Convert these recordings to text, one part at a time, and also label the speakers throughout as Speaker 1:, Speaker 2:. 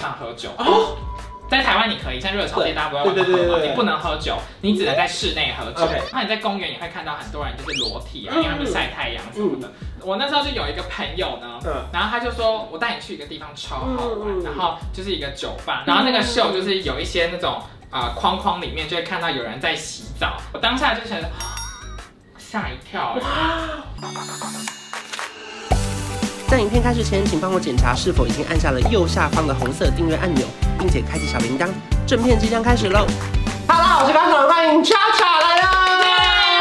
Speaker 1: 上喝酒。
Speaker 2: 哦
Speaker 1: 在台湾你可以，像热炒店大家不会
Speaker 2: 对
Speaker 1: 外面喝
Speaker 2: 对对
Speaker 1: 嘛
Speaker 2: 对对
Speaker 1: 你不能喝酒，你只能在室内喝酒
Speaker 2: OK。
Speaker 1: 那你在公园也会看到很多人就是裸体啊，
Speaker 2: 嗯
Speaker 1: 因为他们晒太阳什么的。我那时候就有一个朋友呢，
Speaker 2: 嗯，
Speaker 1: 然后他就说，我带你去一个地方超好
Speaker 2: 嗯
Speaker 1: 玩，
Speaker 2: 嗯
Speaker 1: 然后就是一个酒吧，然后那个秀就是有一些那种啊、呃框框里面就会看到有人在洗澡，我当下就觉得啊吓一跳，欸
Speaker 3: 在影片开始前，请帮我检查是否已经按下了右下方的红色订阅按钮，并且开启小铃铛。正片即将开始喽！Hello，我是班长，欢迎叉叉来
Speaker 1: 耶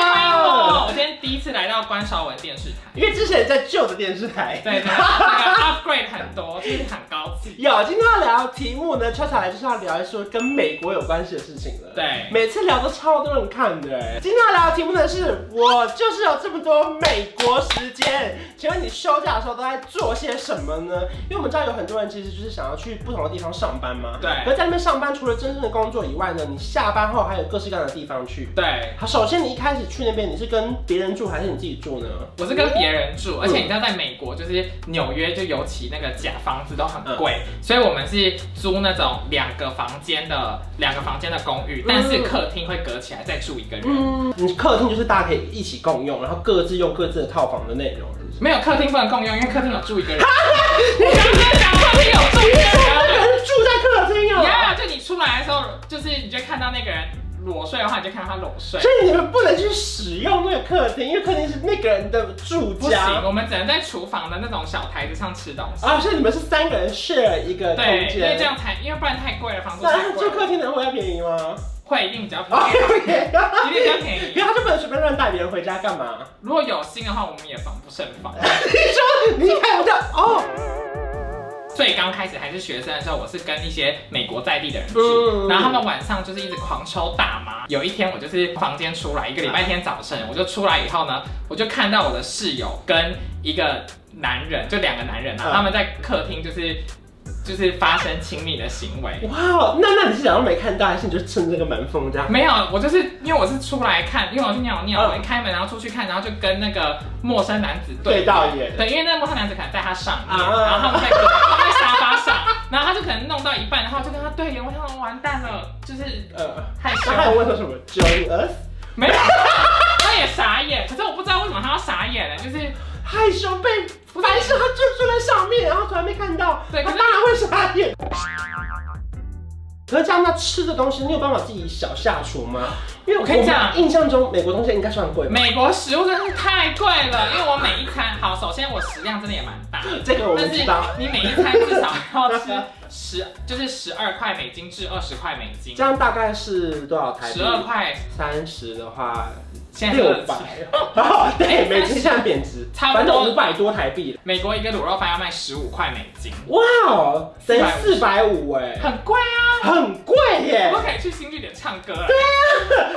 Speaker 1: 欢迎我
Speaker 3: 啦！
Speaker 1: 我今天第一次来到关少文电视台，
Speaker 3: 因为之前在旧的电视台，
Speaker 1: 对对，那个 upgrade 很多，就是很高级，
Speaker 3: 有今天要聊题目呢，叉叉来就是要聊一说跟美国有关系的事情了。
Speaker 1: 对
Speaker 3: 每次聊都超多人看的哎。今天要聊的题目呢是，我就是有这么多美国时间，请问你休假的时候都在做些什么呢？因为我们知道有很多人其实就是想要去不同的地方上班嘛。
Speaker 1: 对
Speaker 3: 可是在那边上班，除了真正的工作以外呢，你下班后还有各式各样的地方去。
Speaker 1: 对。
Speaker 3: 好，首先你一开始去那边，你是跟别人住还是你自己住呢？
Speaker 1: 我是跟别人住，而且你知道，在美国就是纽约，就尤其那个假房子都很贵，所以我们是租那种两个房间的两个房间的公寓，但是客厅会隔起来再住一个人。
Speaker 3: 嗯，你客厅就是大家可以一起共用，然后各自用各自的套房的内容，是不是？
Speaker 1: 没有客厅不能共用，因为客厅有住一个人。我刚刚讲客厅有住一
Speaker 3: 那
Speaker 1: 个
Speaker 3: 个人住在客厅
Speaker 1: 人，呀、
Speaker 3: 哦。
Speaker 1: 就你出来的时候，就是你就看到那个人裸睡的话，你就看到他裸睡。
Speaker 3: 所以你们不能去使用那个客厅，因为客厅是那个人的住
Speaker 1: 不行，
Speaker 3: 家。
Speaker 1: 我们只能在厨房的那种小台子上吃东西。
Speaker 3: 啊，所以你们是三个人 share 一个空
Speaker 1: 对，因为这
Speaker 3: 间。啊
Speaker 1: 样才，因为不然太贵了，房租太
Speaker 3: 那
Speaker 1: 贵
Speaker 3: 住
Speaker 1: 了，
Speaker 3: 客厅的人会要便 宜吗哦
Speaker 1: 会一定比较便宜。
Speaker 3: ？OK，
Speaker 1: 一定比较便宜
Speaker 3: 可。是他就不能随便乱带别人回家干嘛？
Speaker 1: 如果有心的话，我们也防不胜
Speaker 3: 哦
Speaker 1: 防。
Speaker 3: 你说你一看我就哦，
Speaker 1: 最刚开始还是学生的时候，我是跟一些美国在地的人
Speaker 3: 嗯
Speaker 1: 住，然后他们晚上就是一直狂抽大麻。有一天我就是房间出来，一个礼
Speaker 3: 啊
Speaker 1: 拜天早晨我就出来以后呢，我就看到我的室友跟一个男人，就两个男人啊，
Speaker 3: 嗯
Speaker 1: 他们在客厅就是就是发生亲密的行为。
Speaker 3: 哇，那那你是假装没看到，还是你就趁这个门缝这样？
Speaker 1: 没有，我就是因为我是出来看，因为我去尿尿，我一开门然后出去看，然后就跟那个陌生男子
Speaker 3: 对
Speaker 1: 对
Speaker 3: 到眼，
Speaker 1: 对，因为那个陌生男子可能在他上面，
Speaker 3: 啊
Speaker 1: 然后他们在隔他们在沙发上，然后他就可能弄到一半的话，就跟他对眼，我想说完蛋了，就是
Speaker 3: 呃，
Speaker 1: 害羞
Speaker 3: 那，还有问说什么？Join us？
Speaker 1: 没有，他也傻眼，可是我不知道为什么他要傻眼呢，就是
Speaker 3: 害羞被
Speaker 1: 不是
Speaker 3: 白痴，他就坐在上面，然后突然没看到，
Speaker 1: 对可
Speaker 3: 他
Speaker 1: 是
Speaker 3: 当然会傻眼。可是这样，那吃的东西你有办法自己小下厨吗？因为
Speaker 1: 我跟你讲
Speaker 3: 印象中美国东西应该算贵吧？
Speaker 1: 美国食物真的是太贵了，因为我每一餐，好，首先我食量真的也蛮大的。
Speaker 3: 这个我们
Speaker 1: 但是
Speaker 3: 知道，
Speaker 1: 你每一餐至少要吃十，就是十二块美金至二十块美金
Speaker 3: 这，样大概是多少台币？
Speaker 1: 十二块
Speaker 3: 三十的话，
Speaker 1: 现在是
Speaker 3: 六百
Speaker 1: 27。
Speaker 3: 对，
Speaker 1: 哎
Speaker 3: 美金现在贬值，
Speaker 1: 差不多
Speaker 3: 反正五百多台币了。
Speaker 1: 美国一个卤肉饭要卖十五块美金，
Speaker 3: 哇哦，等于四
Speaker 1: 450
Speaker 3: 百五哎，
Speaker 1: 很贵啊！
Speaker 3: 很贵耶
Speaker 1: 我，可以去新据点唱歌了。
Speaker 3: 啊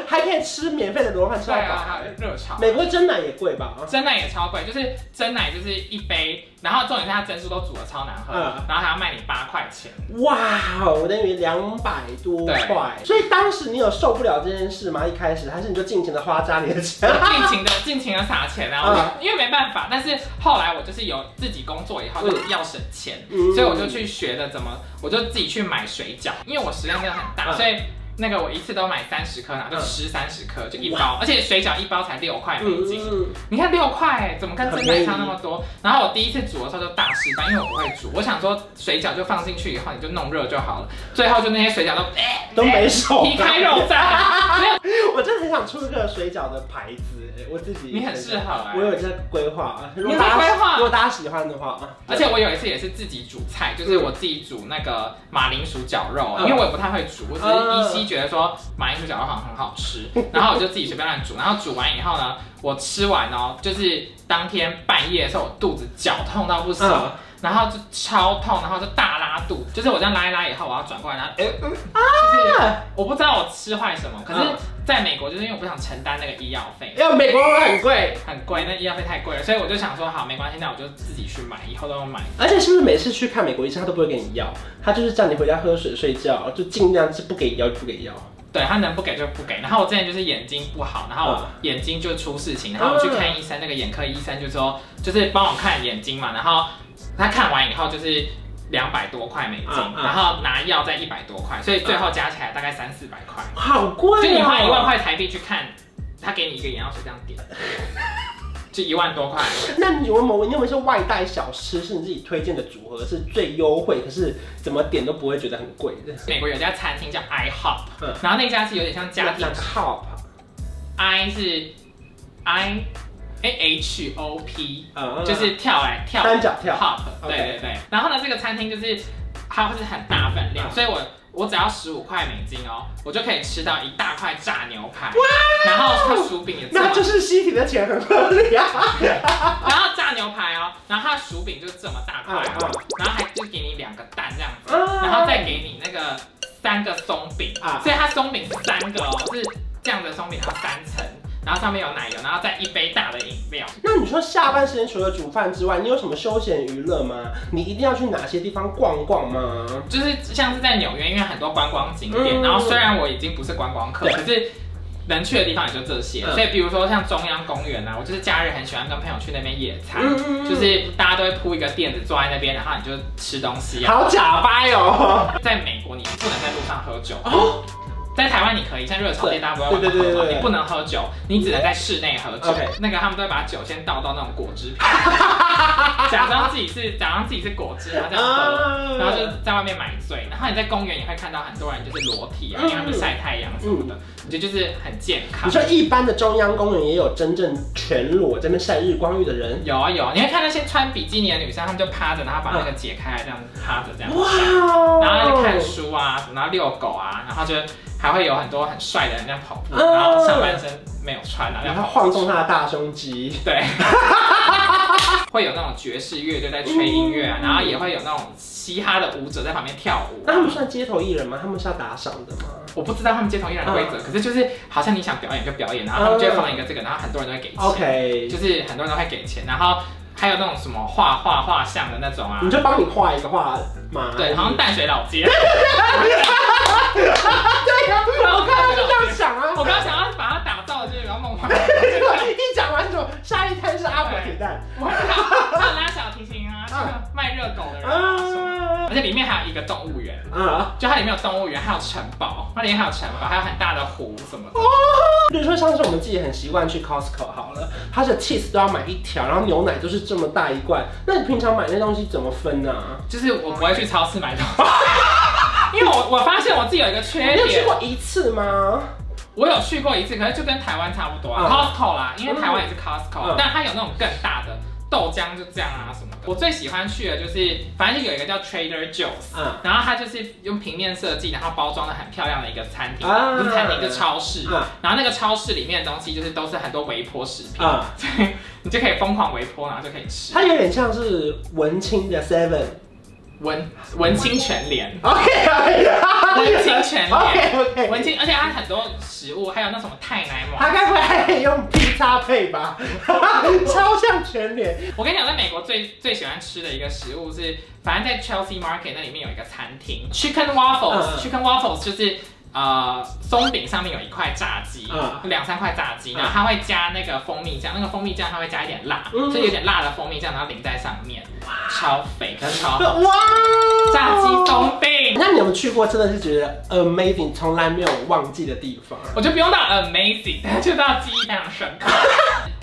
Speaker 3: 还可以吃免费的罗汉烧
Speaker 1: 对啊，还
Speaker 3: 堡。
Speaker 1: 有热炒。
Speaker 3: 美国真奶也贵吧？
Speaker 1: 真奶也超贵，就是真奶就是一杯，然后重点是它珍珠都煮的超难喝，
Speaker 3: 嗯
Speaker 1: 然后还要卖你八块钱。
Speaker 3: 哇哦，等于两百多块，所以当时你有受不了这件事吗？一开始还是你就尽情的花渣你的钱？
Speaker 1: 尽情的 尽情的撒钱啊，
Speaker 3: 嗯
Speaker 1: 我就因为没办法。但是后来我就是有自己工作以后，就是要省钱，
Speaker 3: 嗯
Speaker 1: 所以我就去学了怎么，我就自己去买水饺，因为我食量真的很大，
Speaker 3: 嗯
Speaker 1: 所以。那个我一次都买三十颗，然后就吃三十颗，就一
Speaker 3: 哇
Speaker 1: 包，而且水饺一包才六块美金，
Speaker 3: 嗯，
Speaker 1: 你看六块，怎么跟真奶差那么多？然后我第一次煮的时候就大失败，因为我不会煮。我想说水饺就放进去以后你就弄热就好了，最后就那些水饺都哎
Speaker 3: 都没手。
Speaker 1: 皮开肉绽，没有，
Speaker 3: 我真的很想出一个水饺的牌子，哎我自己。
Speaker 1: 你很适合哎、
Speaker 3: 我有在规划，如
Speaker 1: 你
Speaker 3: 果
Speaker 1: 有在
Speaker 3: 大家
Speaker 1: 规划
Speaker 3: 如果大家喜欢的话，啊
Speaker 1: 而且我有一次也是自己煮菜，就是我自己煮那个马铃薯绞肉，
Speaker 3: 嗯
Speaker 1: 因为我也不太会煮，我只是依稀觉得说马铃薯绞肉好像很好吃，然后我就自己随便乱煮，然后煮完以后呢，我吃完哦，就是当天半夜的时候，我肚子绞痛到不行，
Speaker 3: 嗯
Speaker 1: 然后就超痛，然后就大拉肚子，就是我这样拉一拉以后，我要转过来，然后哎、嗯就是
Speaker 3: 哎
Speaker 1: 我不知道我吃坏什么，可是
Speaker 3: 嗯
Speaker 1: 在美国就是因为我不想承担那个医药费。
Speaker 3: 因为美国很贵，
Speaker 1: 很贵，那医药费太贵了，所以我就想说，好，没关系，那我就自己去买，以后都要买。
Speaker 3: 而且是不是每次去看美国医生他都不会给你药，他就是叫你回家喝水睡觉，就尽量是不给药就不给药。
Speaker 1: 对他能不给就不给。然后我之前就是眼睛不好，然后
Speaker 3: 嗯
Speaker 1: 我眼睛就出事情，然后我去看医生，那个眼科医生就说，就是帮我看眼睛嘛，然后他看完以后就是。两百多块美金，
Speaker 3: 嗯嗯
Speaker 1: 然后拿药再一百多块，所以最后加起来大概三四百块。
Speaker 3: 好贵哦、
Speaker 1: 就你花一万，块台币去看，他给你一个眼药水这样点，就一万多块。
Speaker 3: 那你有没有你有没有一些外带小吃是你自己推荐的组合是最优惠，可是怎么点都不会觉得很贵的？
Speaker 1: 美国有一家餐厅叫 I Hop，、
Speaker 3: 嗯
Speaker 1: 然后那家是有点像家庭
Speaker 3: 那个 hop，
Speaker 1: I 是 I A H O P，
Speaker 3: 呃
Speaker 1: 就是跳来跳
Speaker 3: 单脚跳
Speaker 1: Hop，
Speaker 3: OK
Speaker 1: 对对对。然后呢，这个餐厅就是它会是很大分量，
Speaker 3: 嗯
Speaker 1: 所以我。我只要十五块美金哦，我就可以吃到一大块炸牛排，然后它薯饼也这么
Speaker 3: 哦那就是西体的钱很合理 啊。
Speaker 1: 然后炸牛排哦，然后它的薯饼就这么大块
Speaker 3: 嗯
Speaker 1: 哦
Speaker 3: 嗯，
Speaker 1: 然后还就给你两个蛋这样子，
Speaker 3: 嗯
Speaker 1: 然后再给你那个三个松饼
Speaker 3: 啊
Speaker 1: 所以它松饼是三个哦，是这样的松饼，然后三层，然后上面有奶油，然后再一杯大的饮料。
Speaker 3: 那你说下班时间除了煮饭之外，你有什么休闲娱乐吗？你一定要去哪些地方逛逛吗？
Speaker 1: 就是像是在纽约，因为很多观光景点，
Speaker 3: 嗯
Speaker 1: 然后虽然我已经不是观光客，
Speaker 3: 对
Speaker 1: 可是能去的地方也就这些。
Speaker 3: 嗯
Speaker 1: 所以比如说像中央公园啊，我就是假日很喜欢跟朋友去那边野餐，
Speaker 3: 嗯嗯嗯
Speaker 1: 就是大家都会铺一个垫子坐在那边，然后你就吃东西啊。
Speaker 3: 好假掰哦！
Speaker 1: 在美国你不能在路上喝酒，
Speaker 3: 哦
Speaker 1: 在台湾你可以，像热炒店大家不会
Speaker 3: 对
Speaker 1: 外面
Speaker 3: 对对
Speaker 1: 喝嘛
Speaker 3: 对对
Speaker 1: 你不能喝酒，你只能在室内喝酒
Speaker 3: OK。
Speaker 1: 那个他们都会把酒先倒到那种果 汁瓶，假装自己是假装自己是果汁，然后这样喝。
Speaker 3: 啊
Speaker 1: 然后就在外面买醉，然后你在公园也会看到很多人就是裸体啊，因为他们晒太阳什么的，我觉得就是很健康
Speaker 3: 嗯你。说一般的中央公园也有真正全裸在那边晒日光浴的人？
Speaker 1: 有啊有啊，你会看那些穿比基尼的女生，她们就趴着，然后把那个解开来，这样趴着这样。
Speaker 3: 哇哦！
Speaker 1: 然后就看书啊，然后遛狗啊，然后就还会有很多很帅的人这样跑步，
Speaker 3: 嗯
Speaker 1: 然后上半身没有穿啊，然
Speaker 3: 然后
Speaker 1: 后
Speaker 3: 晃动他的大胸肌。
Speaker 1: 对，会有那种爵士乐队在吹音乐啊，
Speaker 3: 嗯
Speaker 1: 然后也会有那种嘻哈的舞者在旁边跳舞啊
Speaker 3: 那。他们算街头艺人吗？他们是要打赏的吗？
Speaker 1: 我不知道他们街头艺人的规则，可是就是好像你想表演就表演，然后他们就会放一个这个，然后很多人都会给钱，
Speaker 3: OK，
Speaker 1: 就是很多人都会给钱，然后还有那种什么画画画像的那种啊
Speaker 3: 你，就帮你画一个画嘛。
Speaker 1: 对，好像淡水老街，
Speaker 3: 对呀，我看到就这样想 啊。
Speaker 1: 我刚刚想要把它打造的就是比较梦幻。
Speaker 3: 一讲完之后，下一摊是阿婆铁蛋
Speaker 1: 我还有拉小提琴啊，就是卖热狗的人啊，什么
Speaker 3: 啊
Speaker 1: 而且里面还有一个动物园，
Speaker 3: 啊！
Speaker 1: 就它里面有动物园，还有城堡，它里面还有城堡，还有很大的湖什么的。
Speaker 3: 比如说上次我们自己很习惯去 Costco 好了，它的 cheese 都要买一条，然后牛奶就是这么大一罐。那你平常买那东西怎么分呢、啊？
Speaker 1: 就是我不会去超市买东西，因为我我发现我自己有一个缺
Speaker 3: 你有去
Speaker 1: 点，
Speaker 3: 过一次吗？
Speaker 1: 我有去过一次，可是就跟台湾差不多啊
Speaker 3: 嗯
Speaker 1: ，Costco 啦，因为台湾也是 Costco，
Speaker 3: 嗯
Speaker 1: 但它有那种更大的豆浆就这样啊什么的。我最喜欢去的就是，反正就有一个叫 Trader Joe's。
Speaker 3: 啊
Speaker 1: 然后它就是用平面设计，然后包装的很漂亮的一个餐厅，
Speaker 3: 啊
Speaker 1: 不是餐厅，一个超市。
Speaker 3: 啊
Speaker 1: 然后那个超市里面的东西就是都是很多微波食品，
Speaker 3: 啊！
Speaker 1: 所以你就可以疯狂微波，然后就可以吃。
Speaker 3: 它有点像是文青的 Seven。
Speaker 1: 文文青全联，
Speaker 3: OK OK
Speaker 1: 文青全联，
Speaker 3: OK OK。
Speaker 1: 文青，而且它很多食物，还有那什么泰奶
Speaker 3: 他
Speaker 1: 玛。
Speaker 3: 该不会还得用 P 叉配吧？ 超像全脸
Speaker 1: 我跟你讲，在美国最最喜欢吃的一个食物是，反正在 Chelsea Market 那里面有一个餐厅，Chicken
Speaker 3: 嗯
Speaker 1: Waffles，Chicken Waffles 就是。呃，松饼上面有一块炸鸡，
Speaker 3: 嗯
Speaker 1: 两、三块炸鸡，
Speaker 3: 嗯
Speaker 1: 然后它会加那个蜂蜜酱，那个蜂蜜酱它会加一点辣，
Speaker 3: 嗯
Speaker 1: 就有点辣的蜂蜜酱，然后淋在上面，超肥，可是超好
Speaker 3: 哇！哦
Speaker 1: 炸鸡松饼，
Speaker 3: 那你有没有去过真的是觉得 amazing，从来没有忘记的地方？
Speaker 1: 我就不用到 amazing，但就到记忆非常深刻。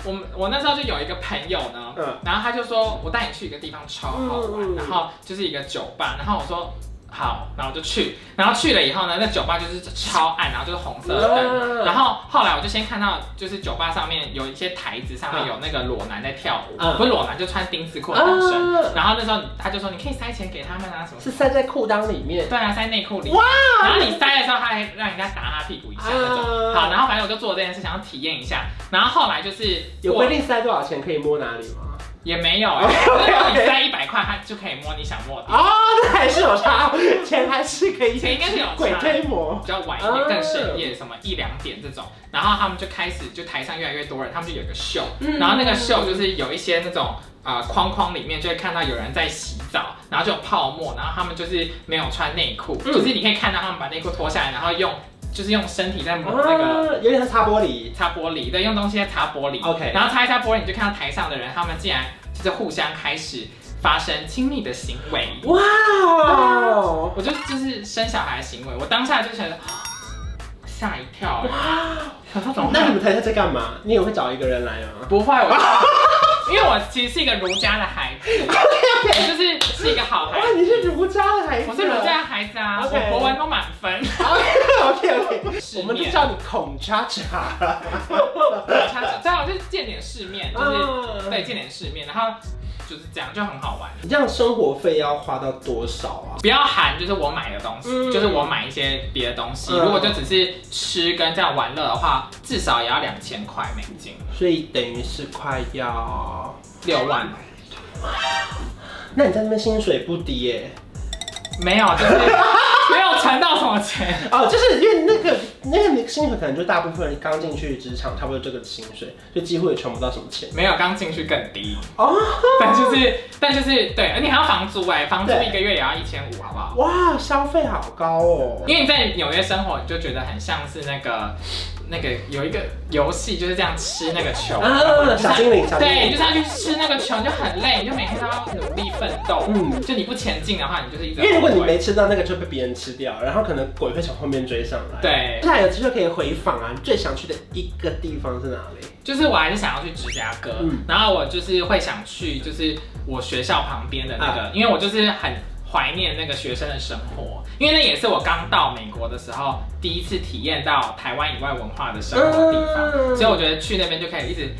Speaker 1: 我们我那时候就有一个朋友呢，
Speaker 3: 嗯
Speaker 1: 然后他就说我带你去一个地方超好玩，
Speaker 3: 嗯
Speaker 1: 然后就是一个酒吧，然后我说。好，然后我就去，然后去了以后呢，那酒吧就是超暗，然后就是红色灯，
Speaker 3: 嗯
Speaker 1: 然后后来我就先看到，就是酒吧上面有一些台子上面有那个裸男在跳舞，
Speaker 3: 啊嗯
Speaker 1: 不是裸男就穿丁字裤的男生，
Speaker 3: 啊，
Speaker 1: 然后那时候他就说你可以塞钱给他们啊什么，
Speaker 3: 是塞在裤裆里面。
Speaker 1: 对啊，塞内裤里，
Speaker 3: 哇
Speaker 1: 然后你塞的时候，他还让人家打他屁股一下那种。
Speaker 3: 啊
Speaker 1: 好，然后反正我就做这件事，想要体验一下。然后后来就是
Speaker 3: 有
Speaker 1: 过
Speaker 3: 规定塞多少钱可以摸哪里吗？
Speaker 1: 也没 有，
Speaker 3: OK，
Speaker 1: 就是如果你
Speaker 3: OK
Speaker 1: 塞一百块，他就可以摸你想摸的。
Speaker 3: 哦，那还是有差，钱还是可以，
Speaker 1: 钱应该是有差
Speaker 3: 鬼推磨。
Speaker 1: 比较晚一点，
Speaker 3: 啊
Speaker 1: 更深夜，什么一两点这种，然后他们就开始就台上越来越多人，他们就有一个秀，
Speaker 3: 嗯
Speaker 1: 然后那个秀就是有一些那种啊、呃框框里面就会看到有人在洗澡，然后就有泡沫，然后他们就是没有穿内裤，
Speaker 3: 嗯
Speaker 1: 就是你可以看到他们把内裤脱下来，然后用就是用身体在抹那个
Speaker 3: 啊，有点像擦玻璃。
Speaker 1: 擦玻璃，对，用东西在擦玻璃。
Speaker 3: OK
Speaker 1: 然后擦一擦玻璃，你就看到台上的人，他们竟然就是互相开始发生亲密的行为。
Speaker 3: 哇哦！
Speaker 1: 我就就是生小孩的行为，我当下就想得 吓一跳、 欸，想说怎么会
Speaker 3: 那你们台下在干嘛？你也会找一个人来吗？
Speaker 1: 不会， 我因为我其实是一个儒家的孩子，我就是是一个好孩
Speaker 3: 哇
Speaker 1: 子，，
Speaker 3: 你是儒家的孩子，
Speaker 1: 我是儒家的孩子啊，我
Speaker 3: OK
Speaker 1: 国文都满分。
Speaker 3: OK OK，
Speaker 1: 世
Speaker 3: 我
Speaker 1: 面
Speaker 3: 们就叫你孔叉叉。
Speaker 1: 差差，对啊，我就是见点世面，就是
Speaker 3: 嗯，
Speaker 1: 对见点世面，然后就是这样，就很好玩。
Speaker 3: 你这样生活费要花到多少啊？
Speaker 1: 不要喊，就是我买的东西，
Speaker 3: 嗯
Speaker 1: 就是我买一些别的东西。
Speaker 3: 嗯
Speaker 1: 如果就只是吃跟这样玩乐的话，至少也要两千块美金，
Speaker 3: 所以等于是快要……
Speaker 1: 六万。
Speaker 3: 那你在那边薪水不低耶、
Speaker 1: 没有， 就是没有存到什么钱。
Speaker 3: 哦，就是因为那个那个薪水可能就大部分人刚进去职场，差不多这个薪水，就几乎也存不到什么钱。
Speaker 1: 没有，刚进去更低。
Speaker 3: 哦，
Speaker 1: 但 就是，但就是，对，而你还要房租哎，房租
Speaker 3: 对
Speaker 1: 一个月也要一千五，好不好？
Speaker 3: 哇，消费好高哦。
Speaker 1: 因为你在纽约生活，你就觉得很像是那个那个有一个游戏，就是这样吃那个球。
Speaker 3: 啊，小精灵，小精
Speaker 1: 对，你
Speaker 3: 灵
Speaker 1: 就。是要去吃那个球，你就很累，你就每天都要努力奋斗。
Speaker 3: 嗯
Speaker 1: 就你不前进的话，你就是一直
Speaker 3: 因
Speaker 1: 后悔。
Speaker 3: 为如果你没吃到那个，就被别人吃掉，然后可能鬼会从后面追上来。
Speaker 1: 对
Speaker 3: 接下来有机会可以回访啊，你最想去的一个地方是哪里？
Speaker 1: 就是我还是想要去芝加哥，
Speaker 3: 嗯
Speaker 1: 然后我就是会想去，就是我学校旁边的
Speaker 3: 啊
Speaker 1: 那个，因为我就是很怀念那个学生的生活，因为那也是我刚到美国的时候第一次体验到台湾以外文化的生活的地方，
Speaker 3: 嗯
Speaker 1: 所以我觉得去那边就可以一直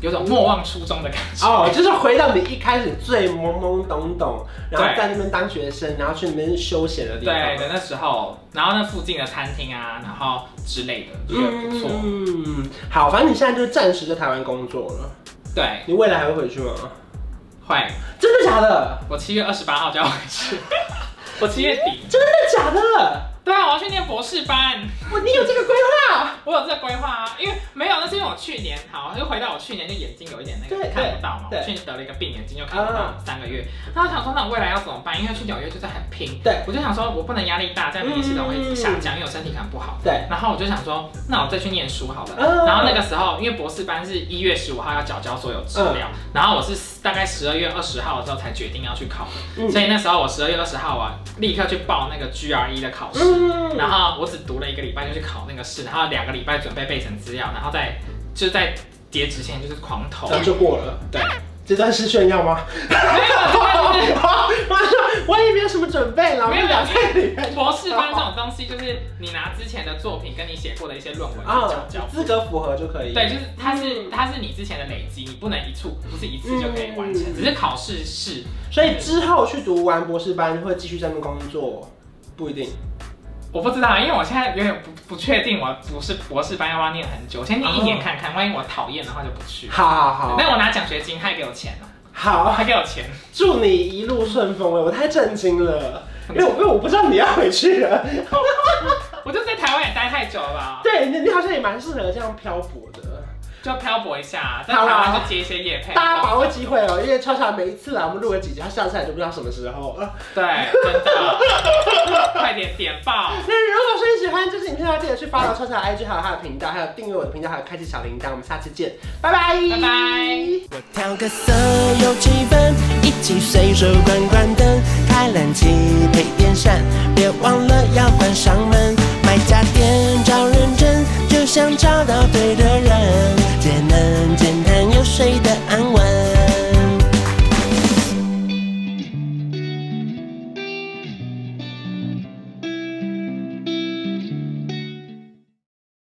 Speaker 1: 有种莫忘初衷的感觉。
Speaker 3: 哦，就是回到你一开始最懵懵懂懂，然后
Speaker 1: 对
Speaker 3: 在那边当学生，然后去那边休闲的地方。
Speaker 1: 对的，那时候，然后那附近的餐厅啊，然后之类的，就觉得不错。
Speaker 3: 嗯，好，反正你现在就是暂时在台湾工作了，
Speaker 1: 对，
Speaker 3: 你未来还会回去吗？
Speaker 1: 会，
Speaker 3: 真的假的？
Speaker 1: 我七月二十八号就要回 去，我七月底。
Speaker 3: 真的假的？
Speaker 1: 对啊，我要去念博士班。
Speaker 3: 哇，你有这个规划？
Speaker 1: 我有这个规划啊，因为没有，那是因为我去年好，就回到我去年就眼睛有一点那个
Speaker 3: 对
Speaker 1: 看不到嘛，
Speaker 3: 对啊
Speaker 1: 我去年得了一个病，眼睛就看不到三个月。那我想说，那我未来要怎么办？因为去纽约就是很拼，
Speaker 3: 对
Speaker 1: 我就想说我不能压力大，这样免疫系统会下降，因为我身体可能不好。
Speaker 3: 对，
Speaker 1: 然后我就想说，那我再去念书好了。
Speaker 3: 嗯
Speaker 1: 然后那个时候，因为博士班是一月十五号要缴交所有资
Speaker 3: 嗯
Speaker 1: 料，然后我是大概十二月二十号的时候才决定要去考的，
Speaker 3: 嗯
Speaker 1: 所以那时候我十二月二十号啊，立刻去报那个 GRE 的考试。
Speaker 3: 嗯
Speaker 1: 然后我只读了一个礼拜就去考那个试，然后两个礼拜准备背成资料，然后再就在截止前就是狂投。
Speaker 3: 嗯然后就过了。
Speaker 1: 对，
Speaker 3: 这段是炫耀吗？
Speaker 1: 没
Speaker 3: 嗯
Speaker 1: 有，
Speaker 3: 我说我也没有什么准备了，我
Speaker 1: 没有
Speaker 3: 们两 个礼拜
Speaker 1: 就是 博士班这种东西，就是你拿之前的作品跟你写过的一些论文去
Speaker 3: 啊
Speaker 1: 交，交。
Speaker 3: 资格符合就可以。
Speaker 1: 对，就是它是它是你之前的累积，你不能一处不是一次就可以完成，
Speaker 3: 嗯
Speaker 1: 只是考试是
Speaker 3: 所以之后去读完博士班会继续在那边工作，不一定。
Speaker 1: 我不知道，因为我现在有点不不确定，我不是博士班要不要念很久，我先念一年看看，万一我讨厌的话就不去。
Speaker 3: 好好好，
Speaker 1: 那我拿奖学金，他还给我钱哦，
Speaker 3: 好，
Speaker 1: 还给我钱。
Speaker 3: 祝你一路顺风哎！我太震惊了，因为我因为我不知道你要回去了。
Speaker 1: 我就在台湾也待太久了吧，
Speaker 3: 对你，你好像也蛮适合这样漂泊的。
Speaker 1: 就漂泊一下，在
Speaker 3: 好
Speaker 1: 台
Speaker 3: 啦
Speaker 1: 湾就接一些夜配。
Speaker 3: 大家把握机会哦，因为超超每一次来我们录了几集，他下次来就不知道什么时候呃了。
Speaker 1: 对，真的，快点点爆！
Speaker 3: 那如果说你喜欢这支影片的话，记得去 follow 超超的 IG，还有他的频道，还有订阅我的频道，还有开启小铃铛。我们下期见，拜拜，
Speaker 1: 拜拜。
Speaker 2: 我调个色有气氛，一起随手关关灯，开冷气配电扇，别忘了要关上